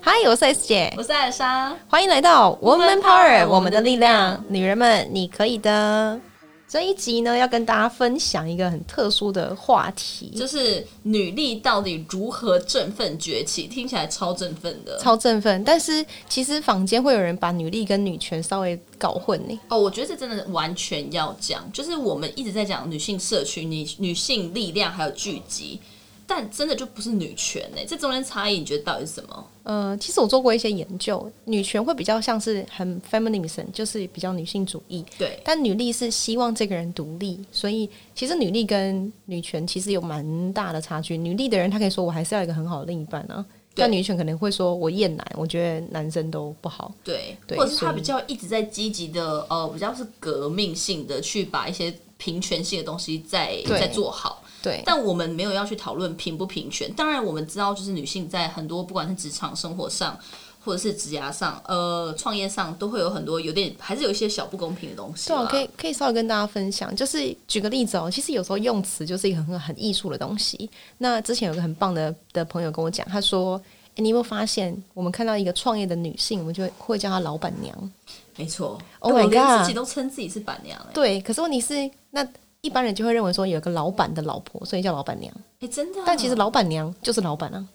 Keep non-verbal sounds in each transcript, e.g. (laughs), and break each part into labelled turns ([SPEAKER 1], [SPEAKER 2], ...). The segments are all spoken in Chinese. [SPEAKER 1] 嗨，我是 S 姐，
[SPEAKER 2] 我是艾莎。
[SPEAKER 1] 欢迎来到 Woman
[SPEAKER 2] Woman
[SPEAKER 1] Power，
[SPEAKER 2] Power，
[SPEAKER 1] 我们的力量，女人们，你可以的。这一集呢，要跟大家分享一个很特殊的话题，
[SPEAKER 2] 就是女力到底如何振奋崛起？听起来超振奋的
[SPEAKER 1] 超振奋。但是其实坊间会有人把女力跟女权稍微搞混呢。
[SPEAKER 2] 哦！我觉得这真的完全要讲，就是我们一直在讲女性社区、女女性力量还有聚集，但真的就不是女权呢、这中间差异你觉得到底是什么？
[SPEAKER 1] 呃，其实我做过一些研究，女权会比较像是很 feminism，就是比较女性主义。
[SPEAKER 2] 对，
[SPEAKER 1] 但女力是希望这个人独立，所以其实女力跟女权其实有蛮大的差距。女力的人，她可以说我还是要一个很好的另一半啊。
[SPEAKER 2] 对
[SPEAKER 1] 但女权可能会说，我厌男，我觉得男生都不好。
[SPEAKER 2] 对，
[SPEAKER 1] 对
[SPEAKER 2] 或者是
[SPEAKER 1] 所
[SPEAKER 2] 她
[SPEAKER 1] 以
[SPEAKER 2] 比较一直在积极的，呃，比较是革命性的去把一些平权性的东西再
[SPEAKER 1] 对
[SPEAKER 2] 再做好。
[SPEAKER 1] 对，
[SPEAKER 2] 但我们没有要去讨论平不平权。当然，我们知道就是女性在很多不管是职场生活上，或者是职涯上，呃，创业上，都会有很多有点还是有一些小不公平的东西
[SPEAKER 1] 对
[SPEAKER 2] 啦。
[SPEAKER 1] 啊，可以可以稍微跟大家分享，就是举个例子哦。其实有时候用词就是一个很很艺术的东西。那之前有个很棒的的朋友跟我讲，他说：“诶，你有没有发现，我们看到一个创业的女性，我们就会会叫她老板娘。”
[SPEAKER 2] 没错。
[SPEAKER 1] Oh my
[SPEAKER 2] 我连
[SPEAKER 1] god
[SPEAKER 2] 自己都称自己是板娘、欸，哎、
[SPEAKER 1] 对，可是问题是，那一般人就会认为说有个老板的老婆，所以叫老板娘。
[SPEAKER 2] 真的啊。
[SPEAKER 1] 但其实老板娘就是老板啊，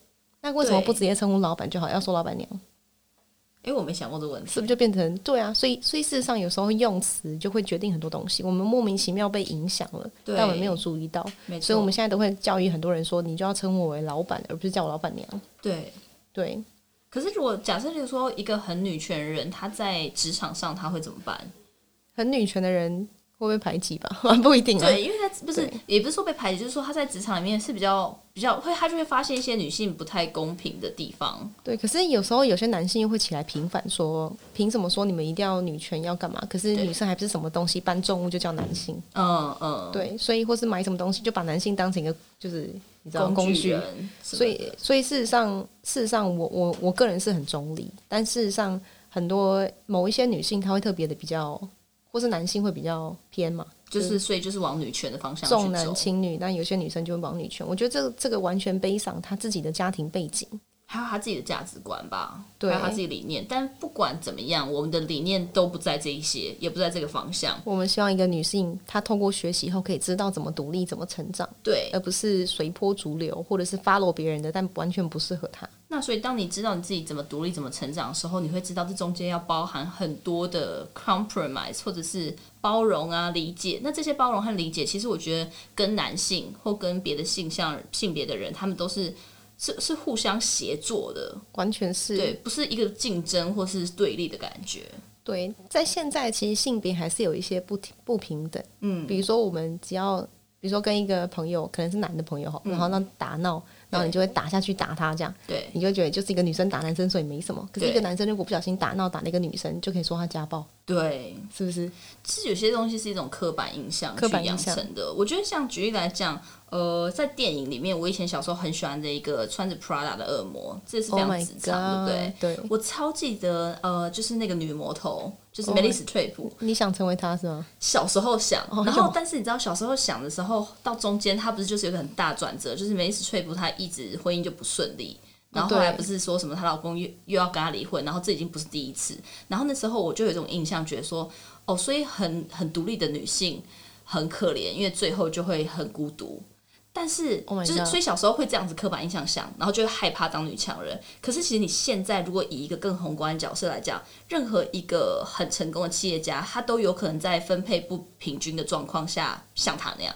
[SPEAKER 1] 那为什么不直接称呼老板就好，要说老板娘，
[SPEAKER 2] 哎、我没想过这个问题。
[SPEAKER 1] 是不是就变成对啊？所以，所以事实上有时候用词就会决定很多东西，我们莫名其妙被影响了，
[SPEAKER 2] 对
[SPEAKER 1] 但我们没有注意到，
[SPEAKER 2] 没错，
[SPEAKER 1] 所以我们现在都会教育很多人说，你就要称我为老板，而不是叫我老板娘。
[SPEAKER 2] 对。
[SPEAKER 1] 对，
[SPEAKER 2] 可是如果假设就是说一个很女权的人，她在职场上她会怎么办？
[SPEAKER 1] 很女权的人会被排挤吧？ (laughs) 不一定啊。
[SPEAKER 2] 对，因为他不是
[SPEAKER 1] 对
[SPEAKER 2] 也不是说被排挤，就是说他在职场里面是比较比较会，他就会发现一些女性不太公平的地方。
[SPEAKER 1] 对，可是有时候有些男性又会起来平反说，凭什么说你们一定要女权要干嘛？可是
[SPEAKER 2] 对
[SPEAKER 1] 女生还不是什么东西搬重物就叫男性，
[SPEAKER 2] 嗯嗯，，
[SPEAKER 1] 对，所以或是买什么东西就把男性当成一个就是你知道工
[SPEAKER 2] 具
[SPEAKER 1] 具
[SPEAKER 2] 人，什么的，
[SPEAKER 1] 所以所以事实上事实上我我我个人是很中立，但事实上很多某一些女性她会特别的比较，或是男性会比较偏嘛，
[SPEAKER 2] 就是所以就是往女权的方向
[SPEAKER 1] 重
[SPEAKER 2] 去
[SPEAKER 1] 男
[SPEAKER 2] 走。
[SPEAKER 1] 轻女，但有些女生就会往女权，我觉得这个这个完全悲伤她自己的家庭背景。
[SPEAKER 2] 还有他自己的价值观吧，
[SPEAKER 1] 对
[SPEAKER 2] 还有他自己理念。但不管怎么样，我们的理念都不在这一些，也不在这个方向。
[SPEAKER 1] 我们希望一个女性，她透过学习后可以知道怎么独立、怎么成长，
[SPEAKER 2] 对，
[SPEAKER 1] 而不是随波逐流，或者是 follow 别人的，但完全不适合她。
[SPEAKER 2] 那所以当你知道你自己怎么独立、怎么成长的时候，你会知道这中间要包含很多的 compromise 或者是包容啊、理解。那这些包容和理解，其实我觉得跟男性或跟别的性向、性别的人，他们都是是是互相协作的，
[SPEAKER 1] 完全是
[SPEAKER 2] 对，不是一个竞争或是对立的感觉。
[SPEAKER 1] 对在现在其实性别还是有一些不不平等。嗯，比如说我们只要，比如说跟一个朋友，可能是男的朋友哈，然后那打闹，然后你就会打下去打他这样，
[SPEAKER 2] 嗯对，
[SPEAKER 1] 你就会觉得就是一个女生打男生，所以没什么。可是
[SPEAKER 2] 对
[SPEAKER 1] 一个男生如果不小心打闹打了一个女生，就可以说他家暴，
[SPEAKER 2] 对，
[SPEAKER 1] 是不是？
[SPEAKER 2] 其实有些东西是一种刻板印象
[SPEAKER 1] 刻
[SPEAKER 2] 去
[SPEAKER 1] 板印
[SPEAKER 2] 养
[SPEAKER 1] 象
[SPEAKER 2] 成的。我觉得像举例来讲，呃，在电影里面，我以前小时候很喜欢的一个穿着 Prada 的恶魔，这是非
[SPEAKER 1] Oh
[SPEAKER 2] 常
[SPEAKER 1] my
[SPEAKER 2] 职场，对
[SPEAKER 1] god，
[SPEAKER 2] 不对？
[SPEAKER 1] 对
[SPEAKER 2] 我超记得，呃，就是那个女魔头，就是
[SPEAKER 1] Oh my-
[SPEAKER 2] 梅丽史翠普。
[SPEAKER 1] 你想成为他是吗？
[SPEAKER 2] 小时候想
[SPEAKER 1] 哦，
[SPEAKER 2] 然后
[SPEAKER 1] 有
[SPEAKER 2] 但是你知道，小时候想的时候，到中间她不是就是有一个很大转折，就是梅丽史翠普她一直婚姻就不顺利。然后后来
[SPEAKER 1] 哦对
[SPEAKER 2] 不是说什么她老公又又要跟她离婚，然后这已经不是第一次。然后那时候我就有一种印象，觉得说，哦，所以很很独立的女性很可怜，因为最后就会很孤独。但是
[SPEAKER 1] Oh my
[SPEAKER 2] 就是
[SPEAKER 1] God
[SPEAKER 2] 所以小时候会这样子刻板印象想，然后就会害怕当女强人。可是其实你现在如果以一个更宏观的角色来讲，任何一个很成功的企业家，他都有可能在分配不平均的状况下像他那样。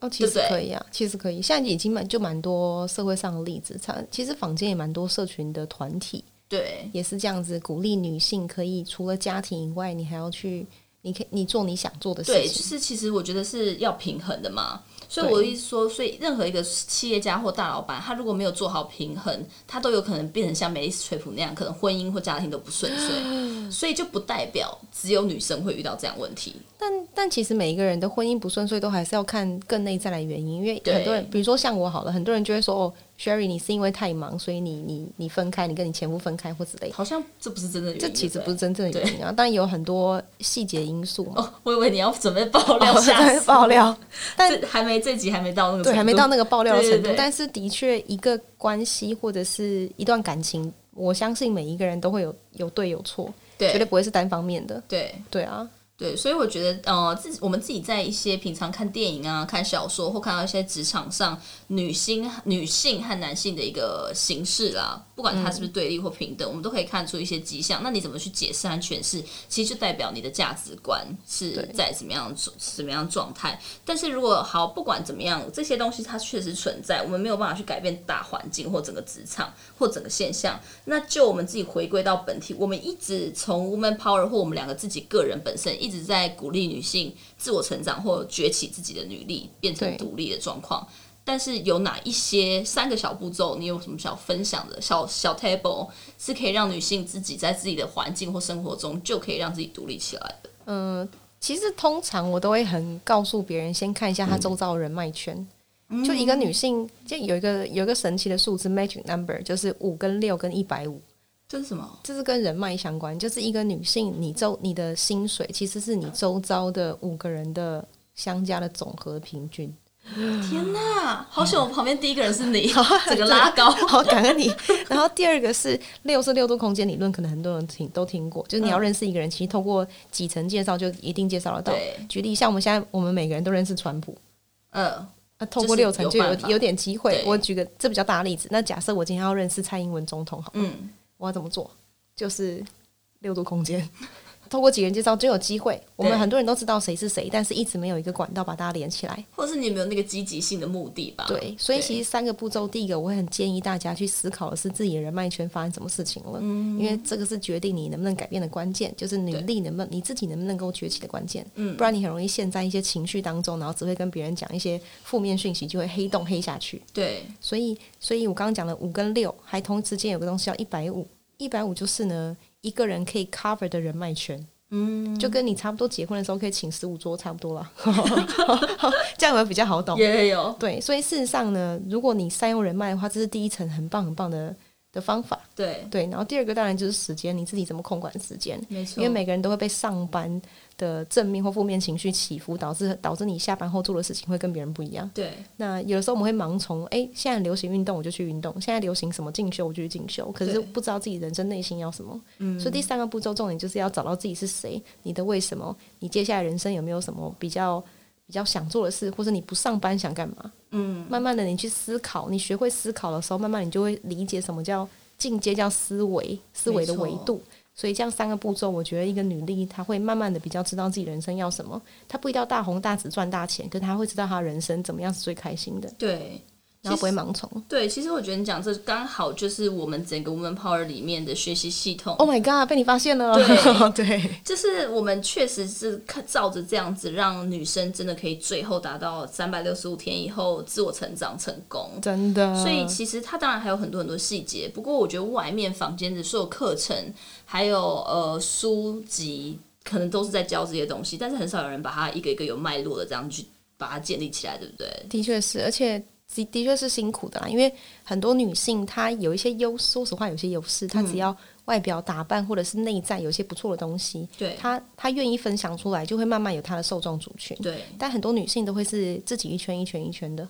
[SPEAKER 1] 哦，其实
[SPEAKER 2] 对不对
[SPEAKER 1] 可以啊，其实可以。现在已经蛮就蛮多社会上的例子，它其实坊间也蛮多社群的团体
[SPEAKER 2] 对
[SPEAKER 1] 也是这样子，鼓励女性可以除了家庭以外，你还要去，你可以你做你想做的事
[SPEAKER 2] 对，就
[SPEAKER 1] 情。
[SPEAKER 2] 是其实我觉得是要平衡的嘛。所以
[SPEAKER 1] 对
[SPEAKER 2] 我一说，所以任何一个企业家或大老板，他如果没有做好平衡，他都有可能变成像梅丽史翠普那样，可能婚姻或家庭都不顺
[SPEAKER 1] (gasps)
[SPEAKER 2] 遂。所以就不代表只有女生会遇到这样问题。
[SPEAKER 1] 但但其实每一个人的婚姻不顺遂，都还是要看更内在的原因。因为
[SPEAKER 2] 对
[SPEAKER 1] 很多人，比如说像我好了，很多人就会说哦，Sherry，你是因为太忙，所以你你你分开，你跟你前夫分开或之类的。
[SPEAKER 2] 好像这不是真的原因，
[SPEAKER 1] 这其实
[SPEAKER 2] 对
[SPEAKER 1] 不是真正的原因啊，当然有很多细节因素嘛。
[SPEAKER 2] 哦，我以为你要准备爆料，吓
[SPEAKER 1] 在 (laughs)
[SPEAKER 2] 死！
[SPEAKER 1] 爆料，哦但
[SPEAKER 2] 这还没这集还没到那个，
[SPEAKER 1] 对，还没到
[SPEAKER 2] 那。
[SPEAKER 1] 那个爆料的程度。
[SPEAKER 2] 对对对
[SPEAKER 1] 但是的确，一个关系或者是一段感情我相信每一个人都会有有对有错，
[SPEAKER 2] 对
[SPEAKER 1] 绝对不会是单方面的。
[SPEAKER 2] 对
[SPEAKER 1] 对啊，
[SPEAKER 2] 对，所以我觉得，呃，自己我们自己在一些平常看电影啊、看小说或看到一些职场上女性、女性和男性的一个形式啦，不管它是不是对立或平等，我们都可以看出一些迹象。那你怎么去解释和诠释，其实就代表你的价值观是
[SPEAKER 1] 对
[SPEAKER 2] 在怎么样的状什么样的状态。但是如果好，不管怎么样，这些东西它确实存在，我们没有办法去改变大环境或整个职场或整个现象。那就我们自己回归到本体，我们一直从 woman power 或我们两个自己个人本身一直在鼓励女性自我成长或崛起自己的女力，变成
[SPEAKER 1] 对
[SPEAKER 2] 独立的状况。但是有哪一些三个小步骤，你有什么想分享的小小 table 是可以让女性自己在自己的环境或生活中就可以让自己独立起来的？
[SPEAKER 1] 嗯、其实通常我都会很告诉别人，先看一下她周遭的人脉圈。就一个女性，就有一个有一个神奇的数字 magic number，就是五跟六跟一百五，
[SPEAKER 2] 这是什么？
[SPEAKER 1] 这是跟人脉相关。就是一个女性，你周你的薪水其实是你周遭的五个人的相加的总和平均。
[SPEAKER 2] 嗯天哪！好险，我旁边第一个人是
[SPEAKER 1] (laughs)
[SPEAKER 2] 你，整个拉高。
[SPEAKER 1] 好，感恩你。然后第二个是六是六度空间理论，可能很多人听都听过，
[SPEAKER 2] 嗯
[SPEAKER 1] 就是你要认识一个人，其实透过几层介绍就一定介绍得到
[SPEAKER 2] 对。
[SPEAKER 1] 举例，像我们现在我们每个人都认识川普，
[SPEAKER 2] 嗯，
[SPEAKER 1] 那透
[SPEAKER 2] 就
[SPEAKER 1] 过
[SPEAKER 2] 是
[SPEAKER 1] 六层
[SPEAKER 2] 有
[SPEAKER 1] 就有
[SPEAKER 2] 办法
[SPEAKER 1] 有点机会
[SPEAKER 2] 对。
[SPEAKER 1] 我举个这比较大的例子，那假设我今天要认识蔡英文总统，好，
[SPEAKER 2] 嗯，
[SPEAKER 1] 我要怎么做？就是六度空间。 (laughs) 透过几个人介绍就有机会，我们
[SPEAKER 2] 对
[SPEAKER 1] 很多人都知道谁是谁，但是一直没有一个管道把大家连起来。
[SPEAKER 2] 或者是你有没有那个积极性的目的吧？
[SPEAKER 1] 对，所以其
[SPEAKER 2] 实
[SPEAKER 1] 实三个步骤，第一个我会很建议大家去思考的是自己的人脉圈发生什么事情了，因为这个是决定你能不能改变的关键，就是努力能不能你自己能不能够崛起的关键，
[SPEAKER 2] 嗯
[SPEAKER 1] 不然你很容易陷在一些情绪当中，然后只会跟别人讲一些负面讯息，就会黑洞黑下去。
[SPEAKER 2] 对
[SPEAKER 1] 所以，所以我刚刚讲的五跟六，还同时间有个东西叫一百五，一百五就是呢一个人可以 cover 的人脉圈。嗯，就跟你差不多结婚的时候可以请十五桌差不多了， (laughs) 这样有没有比较好懂？
[SPEAKER 2] 也有
[SPEAKER 1] 对，所以事实上呢，如果你善用人脉的话，这是第一层很棒很棒的的方法。
[SPEAKER 2] 对，
[SPEAKER 1] 对，然后第二个当然就是时间，你自己怎么控管时间，
[SPEAKER 2] 没错，
[SPEAKER 1] 因为每个人都会被上班的正面或负面情绪起伏，导致导致你下班后做的事情会跟别人不一样。
[SPEAKER 2] 对
[SPEAKER 1] 那有的时候我们会盲从，哎，现在流行运动我就去运动，现在流行什么进修我就去进修，可是
[SPEAKER 2] 对
[SPEAKER 1] 不知道自己人生内心要什么。
[SPEAKER 2] 嗯
[SPEAKER 1] 所以第三个步骤重点就是要找到自己是谁，你的为什么，你接下来人生有没有什么比较比较想做的事，或者你不上班想干嘛？嗯，慢慢的你去思考，你学会思考的时候，慢慢你就会理解什么叫进阶叫思维，思维的维
[SPEAKER 2] 没错
[SPEAKER 1] 度。所以这样三个步骤，我觉得一个女力她会慢慢的比较知道自己人生要什么，她不一定要大红大紫赚大钱，可是她会知道她人生怎么样是最开心的，
[SPEAKER 2] 对。
[SPEAKER 1] 然后不会盲从。 (laughs)
[SPEAKER 2] 对，其实我觉得你讲这刚好就是我们整个 Woman Power 里面的学习系统
[SPEAKER 1] Oh my god，被你发现了！
[SPEAKER 2] 对
[SPEAKER 1] 对
[SPEAKER 2] 就是我们确实是看照着这样子，让女生真的可以最后达到三百六十五天以后自我成长成功。
[SPEAKER 1] 真的。
[SPEAKER 2] 所以其实它当然还有很多很多细节，不过我觉得外面坊间的所有课程，还有呃书籍，可能都是在教这些东西，但是很少有人把它一个一个有脉络的这样去把它建立起来，对不对？
[SPEAKER 1] 的确是，而且的的确是辛苦的啦，因为很多女性她有一些优，说实话有些优势，她只要外表打扮或者是内在有一些不错的东西，
[SPEAKER 2] 对
[SPEAKER 1] 她她愿意分享出来，就会慢慢有她的受众族群。
[SPEAKER 2] 对，
[SPEAKER 1] 但很多女性都会是自己一圈一圈一圈的，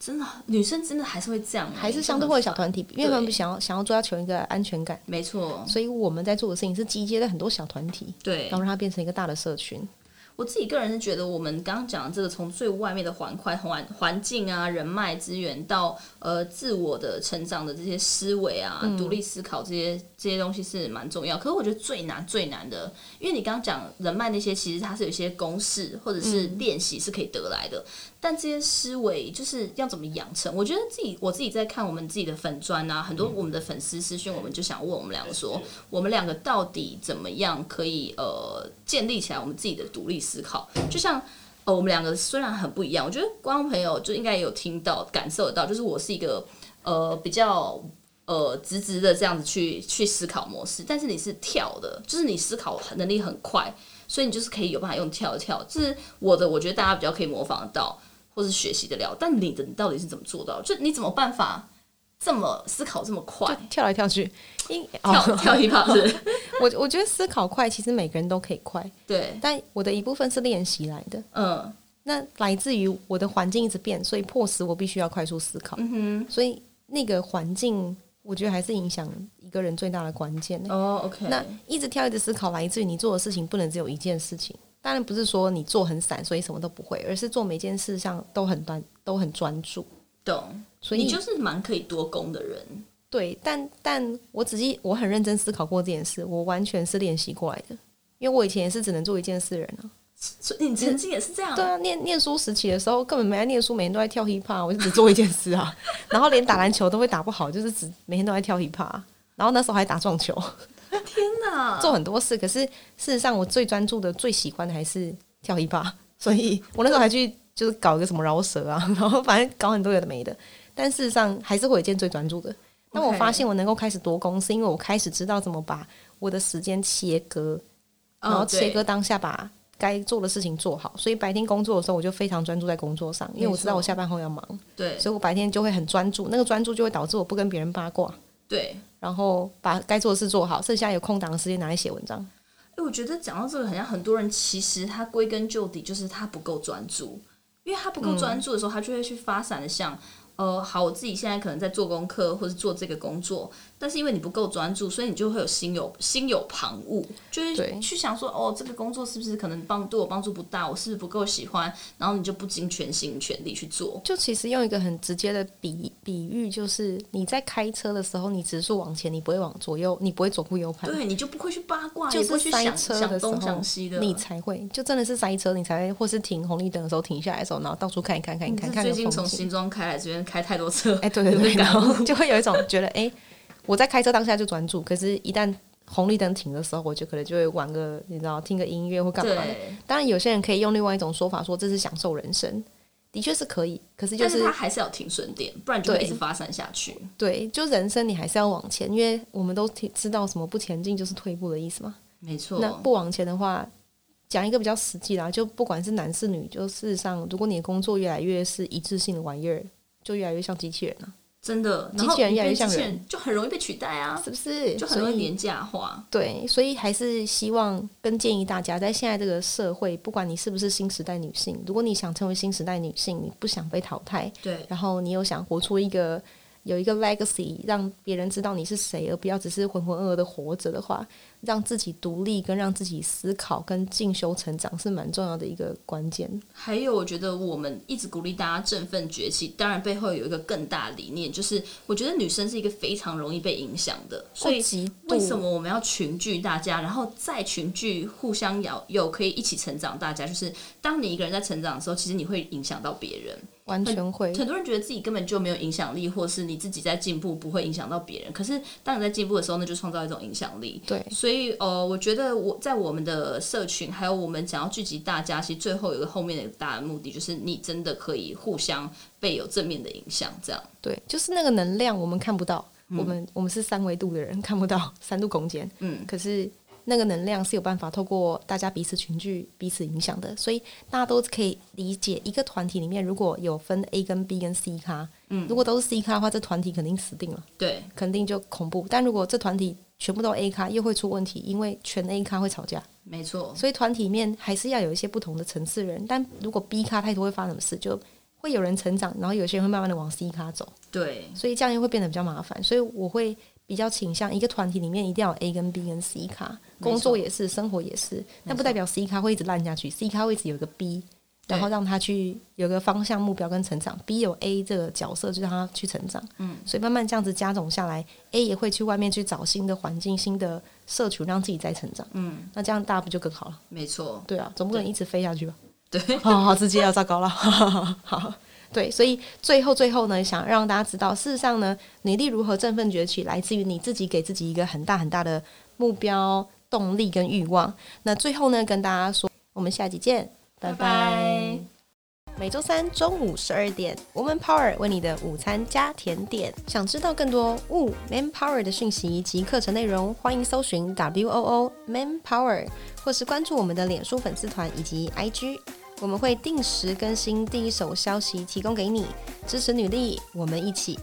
[SPEAKER 2] 真的女生真的还是会这样欸，
[SPEAKER 1] 还是相对
[SPEAKER 2] 真的
[SPEAKER 1] 会
[SPEAKER 2] 很
[SPEAKER 1] 有小团体，因为他们
[SPEAKER 2] 对
[SPEAKER 1] 想要想要追求一个安全感，
[SPEAKER 2] 没错，
[SPEAKER 1] 所以我们在做的事情是集结了很多小团体，
[SPEAKER 2] 对
[SPEAKER 1] 然后。让它变成一个大的社群。
[SPEAKER 2] 我自己个人是觉得，我们刚刚讲的这个从最外面的环块、环环境啊、人脉资源到呃自我的成长的这些思维啊、
[SPEAKER 1] 嗯
[SPEAKER 2] 独立思考这些这些东西是蛮重要。可是我觉得最难最难的，因为你刚刚讲人脉那些，其实它是有一些公式或者是
[SPEAKER 1] 嗯
[SPEAKER 2] 练习是可以得来的，但这些思维就是要怎么养成？我觉得自己我自己在看我们自己的粉砖啊，很多我们的粉丝私讯，我们就想问我们两个说，我们两个到底怎么样可以呃建立起来我们自己的独立思考？就像呃我们两个虽然很不一样，我觉得观众朋友就应该也有听到感受得到，就是我是一个呃比较。呃，直直的这样子去去思考模式，但是你是跳的，就是你思考能力很快，所以你就是可以有办法用跳一跳。这是我的，我觉得大家比较可以模仿得到，或是学习得了。但你的，你到底是怎么做到？就你怎么办法这么思考这么快？
[SPEAKER 1] 跳来跳去，因 (laughs)
[SPEAKER 2] 跳
[SPEAKER 1] 哦
[SPEAKER 2] 跳一把是不是？
[SPEAKER 1] (laughs) 我我觉得思考快，其实每个人都可以快，
[SPEAKER 2] 对，
[SPEAKER 1] 但我的一部分是练习来的。
[SPEAKER 2] 嗯，
[SPEAKER 1] 那来自于我的环境一直变，所以迫使我必须要快速思考。
[SPEAKER 2] 嗯哼，
[SPEAKER 1] 所以那个环境我觉得还是影响一个人最大的关键、欸。
[SPEAKER 2] 哦，OK、o k
[SPEAKER 1] 那一直跳，一直思考，来自于你做的事情不能只有一件事情。当然不是说你做很散，所以什么都不会，而是做每件事上都很专，都很专注。
[SPEAKER 2] 懂，
[SPEAKER 1] 所
[SPEAKER 2] 你
[SPEAKER 1] 以
[SPEAKER 2] 就是蛮可以多功的人。
[SPEAKER 1] 对，但但我仔细，我很认真思考过这件事，我完全是练习过来的，因为我以前也是只能做一件事的人啊。
[SPEAKER 2] 所以你曾经也是这样，
[SPEAKER 1] 对啊，念念书时期的时候根本没在念书，每天都在跳 hiphop，我就只做一件事啊，然后连打篮球都会打不好，就是只每天都在跳 hiphop，然后那时候还打撞球，
[SPEAKER 2] 天哪！
[SPEAKER 1] 做很多事。可是事实上，我最专注的、最喜欢的还是跳 hiphop，所 (laughs) 以我那时候还去就是搞一个什么饶舌啊， (laughs) 然后反正搞很多有的没的。但事实上，还是会有一件最专注的。当我
[SPEAKER 2] OK
[SPEAKER 1] 发现我能够开始多工，是因为我开始知道怎么把我的时间切割，然后
[SPEAKER 2] 哦对
[SPEAKER 1] 切割当下把该做的事情做好。所以白天工作的时候，我就非常专注在工作上，因为我知道我下班后要忙，
[SPEAKER 2] 对
[SPEAKER 1] 所以我白天就会很专注。那个专注就会导致我不跟别人八卦，
[SPEAKER 2] 对，
[SPEAKER 1] 然后把该做的事做好，剩下有空档的时间拿来写文章。
[SPEAKER 2] 哎，我觉得讲到这个，好像很多人其实他归根究底就是他不够专注，因为他不够
[SPEAKER 1] 嗯
[SPEAKER 2] 专注的时候，他就会去发散的像。呃，好，我自己现在可能在做功课，或是做这个工作，但是因为你不够专注，所以你就会有心有心有旁骛，就
[SPEAKER 1] 对
[SPEAKER 2] 是去想说，哦，这个工作是不是可能帮对我帮助不大，我是不是不够喜欢，然后你就不尽全心全力去做。
[SPEAKER 1] 就其实用一个很直接的比比喻，就是你在开车的时候，你直速往前，你不会往左右，你不会左顾右盼，
[SPEAKER 2] 对你就不会去八卦，
[SPEAKER 1] 就
[SPEAKER 2] 也不
[SPEAKER 1] 是
[SPEAKER 2] 会去
[SPEAKER 1] 塞
[SPEAKER 2] 想
[SPEAKER 1] 车的
[SPEAKER 2] 想
[SPEAKER 1] 时候
[SPEAKER 2] 东想西的。
[SPEAKER 1] 你才会，就真的是塞车，你才会，或是停红绿灯的时候停下来的时候，然后到处看一看，看一看，
[SPEAKER 2] 是
[SPEAKER 1] 看
[SPEAKER 2] 最
[SPEAKER 1] 个
[SPEAKER 2] 近
[SPEAKER 1] 风
[SPEAKER 2] 从
[SPEAKER 1] 景。
[SPEAKER 2] 新庄开来这边开太多车，
[SPEAKER 1] 哎、对对
[SPEAKER 2] 有 (laughs)
[SPEAKER 1] 对，
[SPEAKER 2] 点
[SPEAKER 1] 然
[SPEAKER 2] 感
[SPEAKER 1] 后
[SPEAKER 2] 悟。
[SPEAKER 1] 就会有一种觉得，哎、我在开车当下就专注，可是一旦红绿灯停的时候，我就可能就会玩个，你知道，听个音乐或干嘛的。
[SPEAKER 2] 对，
[SPEAKER 1] 当然，有些人可以用另外一种说法说这是享受人生，的确是可以，可是就
[SPEAKER 2] 但是它还是要有停损点，不然就会一直发散下去。
[SPEAKER 1] 对，就人生你还是要往前，因为我们都听知道什么不前进就是退步的意思嘛。
[SPEAKER 2] 没
[SPEAKER 1] 那
[SPEAKER 2] 错，
[SPEAKER 1] 不往前的话，讲一个比较实际啊啦，就不管是男是女，就事实上，如果你的工作越来越是一致性的玩意儿，就越来越像机器人了、
[SPEAKER 2] 真的。
[SPEAKER 1] 机
[SPEAKER 2] 然后
[SPEAKER 1] 器人
[SPEAKER 2] 你
[SPEAKER 1] 越来越
[SPEAKER 2] 变机
[SPEAKER 1] 像
[SPEAKER 2] 器
[SPEAKER 1] 人
[SPEAKER 2] 人就很容易被取代啊，
[SPEAKER 1] 是不是？
[SPEAKER 2] 就很容
[SPEAKER 1] 所
[SPEAKER 2] 易
[SPEAKER 1] 以
[SPEAKER 2] 廉价化。
[SPEAKER 1] 对，所以还是希望跟建议大家，在现在这个社会，不管你是不是新时代女性，如果你想成为新时代女性，你不想被淘汰，
[SPEAKER 2] 对，
[SPEAKER 1] 然后你又想活出一个有一个 legacy，让别人知道你是谁，而不要只是浑浑噩噩的活着的话，让自己独立跟让自己思考跟进修成长是蛮重要的一个关键。
[SPEAKER 2] 还有我觉得我们一直鼓励大家振奋崛起，当然背后有一个更大的理念，就是我觉得女生是一个非常容易被影响的，所以
[SPEAKER 1] 哦极度
[SPEAKER 2] 为什么我们要群聚大家，然后再群聚互相有有可以一起成长？大家就是当你一个人在成长的时候，其实你会影响到别人。
[SPEAKER 1] 完全会？
[SPEAKER 2] 很多人觉得自己根本就没有影响力，或是你自己在进步不会影响到别人。可是当你在进步的时候，那就创造一种影响力。
[SPEAKER 1] 对
[SPEAKER 2] 所以呃，我觉得我在我们的社群，还有我们想要聚集大家，其实最后有一个后面的大的目的，就是你真的可以互相被有正面的影响。这样
[SPEAKER 1] 对，就是那个能量我们看不到，我们我们是三维度的人看不到三度空间，
[SPEAKER 2] 嗯，
[SPEAKER 1] 可是。那个能量是有办法透过大家彼此群聚、彼此影响的，所以大家都可以理解，一个团体里面如果有分 A 跟 B 跟 C 咖，嗯，如果都是 C 咖的话，这团体肯定死定了。
[SPEAKER 2] 对
[SPEAKER 1] 肯定就恐怖。但如果这团体全部都 A 咖，又会出问题，因为全 A 咖会吵架。
[SPEAKER 2] 没错，
[SPEAKER 1] 所以团体里面还是要有一些不同的层次人。但如果 B 咖太多，会发生什么事？就会有人成长，然后有些人会慢慢的往 C 咖走，
[SPEAKER 2] 对
[SPEAKER 1] 所以这样又会变得比较麻烦。所以我会比较倾向一个团体里面一定要有 A 跟 B 跟 C 咖，
[SPEAKER 2] 错
[SPEAKER 1] 工作也是，生活也是，但不代表 C 咖会一直烂下去，C 咖会一直有一个 B。然后让他去有个方向、目标跟成长。B 有 A 这个角色，就让他去成长。嗯，所以慢慢这样子加总下来，A 也会去外面去找新的环境、新的社群，让自己再成长。嗯，那这样大家不就更好了？
[SPEAKER 2] 没错，
[SPEAKER 1] 对啊，总不能一直飞下去吧？
[SPEAKER 2] 对，
[SPEAKER 1] (laughs) 好好直接要糟糕了。 (laughs) 好，对，所以最后最后呢，想让大家知道，事实上呢，努力如何振奋崛起，来自于你自己给自己一个很大很大的目标、动力跟欲望。那最后呢，跟大家说，我们下集见，拜拜。
[SPEAKER 2] 拜
[SPEAKER 1] 每周三中午十二点，Woman Power 为你的午餐加甜点。想知道更多 Wo Man Power 的讯息及课程内容，欢迎搜寻 W O O Man Power，或是关注我们的脸书粉丝团以及 IG。我们会定时更新第一手消息，提供给你支持女力，我们一起